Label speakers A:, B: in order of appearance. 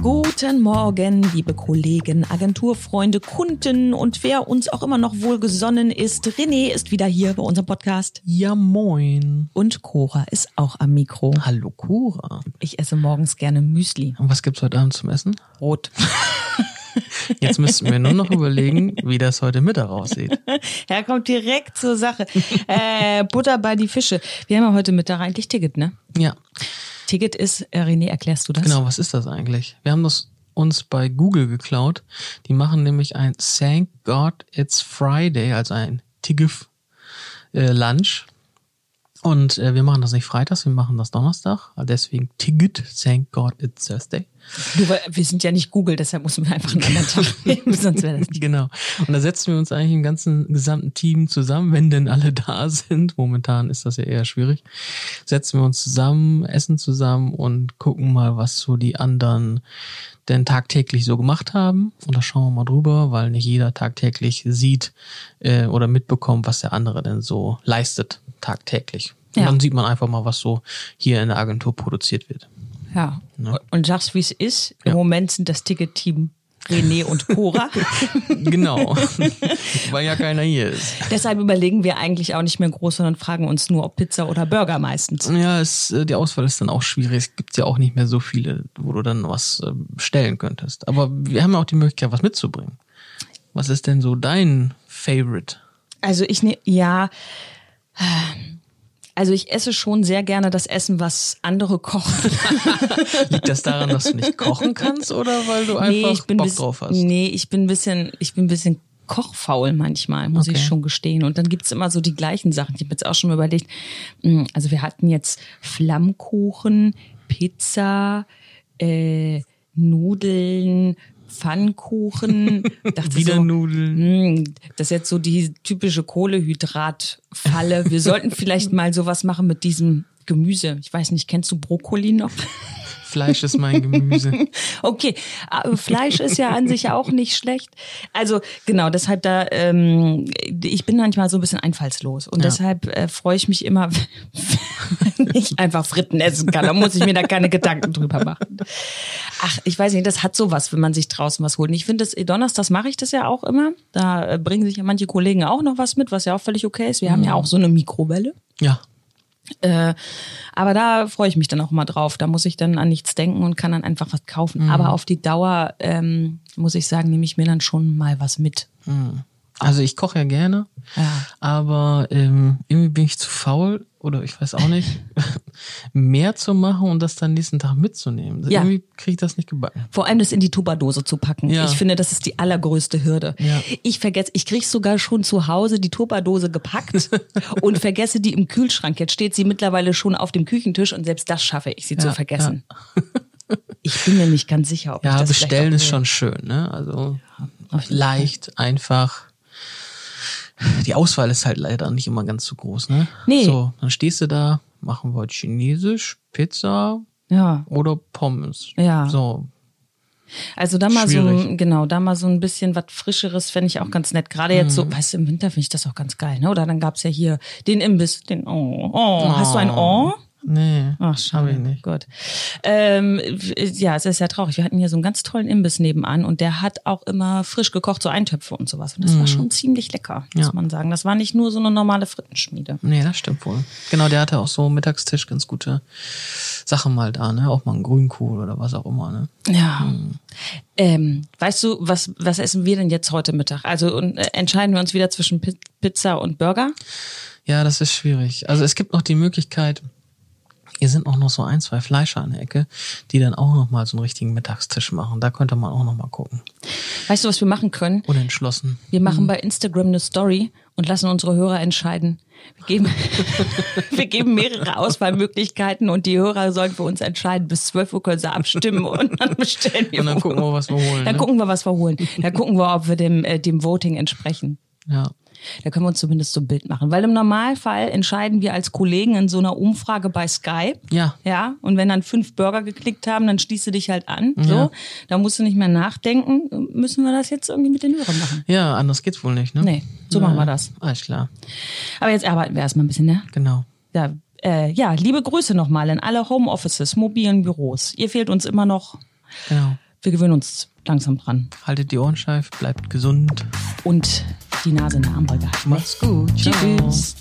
A: Guten Morgen, liebe Kollegen, Agenturfreunde, Kunden und wer uns auch immer noch wohlgesonnen ist. René ist wieder hier bei unserem Podcast
B: Ja, moin.
A: und Cora ist auch am Mikro.
B: Hallo, Cora.
A: Ich esse morgens gerne Müsli.
B: Und was gibt's heute Abend zum Essen?
A: Brot.
B: Jetzt müssten wir nur noch überlegen, wie das heute Mittag aussieht.
A: Er kommt direkt zur Sache. Äh, Butter bei die Fische. Wir haben ja heute Mittag eigentlich Ticket, ne?
B: Ja,
A: Ticket ist, äh, René, erklärst du das?
B: genau, was ist das eigentlich? Wir haben das uns bei Google geklaut. Die machen nämlich ein Thank God It's Friday, also ein TIGIF äh, Lunch. Und äh, wir machen das nicht freitags, wir machen das Donnerstag. Deswegen Ticket, Thank God It's Thursday.
A: Du, weil wir sind ja nicht Google, deshalb müssen wir einfach einen anderen Tag nehmen, sonst wäre das nicht.
B: Genau. Und da setzen wir uns eigentlich im ganzen gesamten Team zusammen, wenn denn alle da sind. Momentan ist das ja eher schwierig. Setzen wir uns zusammen, essen zusammen und gucken mal, was so die anderen denn tagtäglich so gemacht haben. Und da schauen wir mal drüber, weil nicht jeder tagtäglich sieht äh, oder mitbekommt, was der andere denn so leistet tagtäglich. Und
A: Ja.
B: dann sieht man einfach mal, was so hier in der Agentur produziert wird.
A: Ja. Und sagst, wie es ist. Im Moment sind das Ticket-Team René und Cora.
B: Genau. weil ja keiner hier ist.
A: Deshalb überlegen wir eigentlich auch nicht mehr groß, sondern fragen uns nur, ob Pizza oder Burger meistens.
B: Ja, es, äh, die Auswahl ist dann auch schwierig. Es gibt ja auch nicht mehr so viele, wo du dann was äh, bestellen könntest. Aber wir haben ja auch die Möglichkeit, was mitzubringen. Was ist denn so dein Favorite?
A: Also ich ne, ja. Also ich esse schon sehr gerne das Essen, was andere kochen.
B: Liegt das daran, dass du nicht kochen kannst oder weil du einfach
A: ich bin
B: Bock
A: bis-
B: drauf hast?
A: Nee, ich bin ein bisschen, ich bin ein bisschen kochfaul manchmal, muss
B: Okay.
A: ich schon gestehen. Und dann gibt's immer so die gleichen Sachen. Ich habe jetzt auch schon mal überlegt, mh, also wir hatten jetzt Flammkuchen, Pizza, äh, Nudeln, Pfannkuchen. Dachte
B: Wieder
A: so,
B: Nudeln.
A: Hm, Das ist jetzt so die typische Kohlehydratfalle. Wir sollten vielleicht mal sowas machen mit diesem Gemüse. Ich weiß nicht, kennst du Brokkoli noch?
B: Fleisch ist mein Gemüse.
A: Okay, aber Fleisch ist ja an sich auch nicht schlecht. Also genau, deshalb da, ähm, ich bin manchmal so ein bisschen einfallslos und
B: Ja.
A: deshalb äh, freue ich mich immer, wenn ich einfach Fritten essen kann. Da muss ich mir da keine Gedanken drüber machen. Ach, ich weiß nicht, das hat sowas, wenn man sich draußen was holt. Und Ich finde, das Donnerstags mache ich das ja auch immer. Da äh, bringen sich ja manche Kollegen auch noch was mit, was ja auch völlig okay ist. Wir haben ja auch so eine Mikrowelle.
B: Ja.
A: Äh, aber da freue ich mich dann auch immer drauf. Da muss ich dann an nichts denken und kann dann einfach was kaufen.
B: Mhm.
A: Aber auf die Dauer, ähm, muss ich sagen, nehme ich mir dann schon mal was mit.
B: Also ich koche ja gerne,
A: Ja.
B: aber ähm, irgendwie bin ich zu faul oder ich weiß auch nicht, mehr zu machen und das dann nächsten Tag mitzunehmen.
A: Ja.
B: Irgendwie kriege ich das nicht gebacken.
A: Vor allem das in die Tupperdose zu packen.
B: Ja.
A: Ich finde, das ist die allergrößte Hürde.
B: Ja.
A: Ich vergesse, ich kriege sogar schon zu Hause die Tupperdose gepackt und vergesse die im Kühlschrank. Jetzt steht sie mittlerweile schon auf dem Küchentisch und selbst das schaffe ich, sie zu
B: Ja,
A: vergessen. Ich bin mir nicht ganz sicher, ob ich
B: Ja,
A: das vielleicht
B: bestellen
A: auch
B: ist
A: will.
B: schon schön, ne? Also
A: auf jeden
B: leicht, einfach. Die Auswahl ist halt leider nicht immer ganz so groß, ne?
A: Nee.
B: So, dann stehst du da, machen wir heute Chinesisch, Pizza
A: Ja.
B: oder Pommes.
A: Ja.
B: So.
A: Also da mal so
B: Schwierig.
A: genau, da mal so ein bisschen was Frischeres fände ich auch ganz nett. Gerade jetzt
B: Mhm.
A: so, weißt du, im Winter finde ich das auch ganz geil, ne? Oder dann gab's ja hier den Imbiss, den Oh. Oh. Hast du ein Oh?
B: Nee.
A: Ach,
B: Hab
A: schade.
B: ich nicht.
A: Gut. Ähm, ja, es ist ja traurig. Wir hatten hier so einen ganz tollen Imbiss nebenan und der hat auch immer frisch gekocht, so Eintöpfe und sowas. Und das war schon ziemlich lecker, muss
B: Mhm. Ja.
A: man sagen. Das war nicht nur so eine normale Frittenschmiede.
B: Nee, das stimmt wohl. Genau, der hatte auch so Mittagstisch ganz gute Sachen mal da, ne? Auch mal einen Grünkohl oder was auch immer, ne?
A: Ja. Ähm, weißt du, was, was essen wir denn jetzt heute Mittag? Also und, äh, entscheiden wir uns wieder zwischen Pi- Pizza und Burger?
B: Ja, das ist schwierig. Also es gibt noch die Möglichkeit, hier sind auch noch so ein, zwei Fleischer an der Ecke, die dann auch noch mal so einen richtigen Mittagstisch machen. Da könnte man auch noch mal gucken.
A: Weißt du, was wir machen können?
B: Unentschlossen.
A: Wir machen bei Instagram eine Story und lassen unsere Hörer entscheiden. Wir geben, wir geben mehrere Auswahlmöglichkeiten und die Hörer sollen für uns entscheiden. Bis 12 Uhr können sie abstimmen und dann bestellen wir.
B: Und dann gucken wir, was wir holen.
A: Dann
B: ne?
A: gucken wir, was wir holen. Dann gucken wir, ob wir dem, äh, dem Voting entsprechen.
B: Ja.
A: Da können wir uns zumindest so ein Bild machen. Weil im Normalfall entscheiden wir als Kollegen in so einer Umfrage bei Skype.
B: Ja.
A: Ja, und wenn dann fünf Burger geklickt haben, dann schließt du dich halt an. So, da musst du nicht mehr nachdenken. Müssen wir das jetzt irgendwie mit den Hörern machen?
B: ja, anders geht's wohl nicht, ne?
A: Nee, so machen wir das.
B: Alles klar,
A: Aber jetzt arbeiten wir erstmal ein bisschen, ne?
B: genau.
A: Ja, äh, ja liebe Grüße nochmal an alle Homeoffices, mobilen Büros. Ihr fehlt uns immer noch.
B: Genau.
A: wir gewöhnen uns langsam dran.
B: Haltet die Ohren steif, bleibt gesund.
A: Und die Nase in der Armbeuge halten.
B: Macht's gut. Ciao.
A: Tschüss.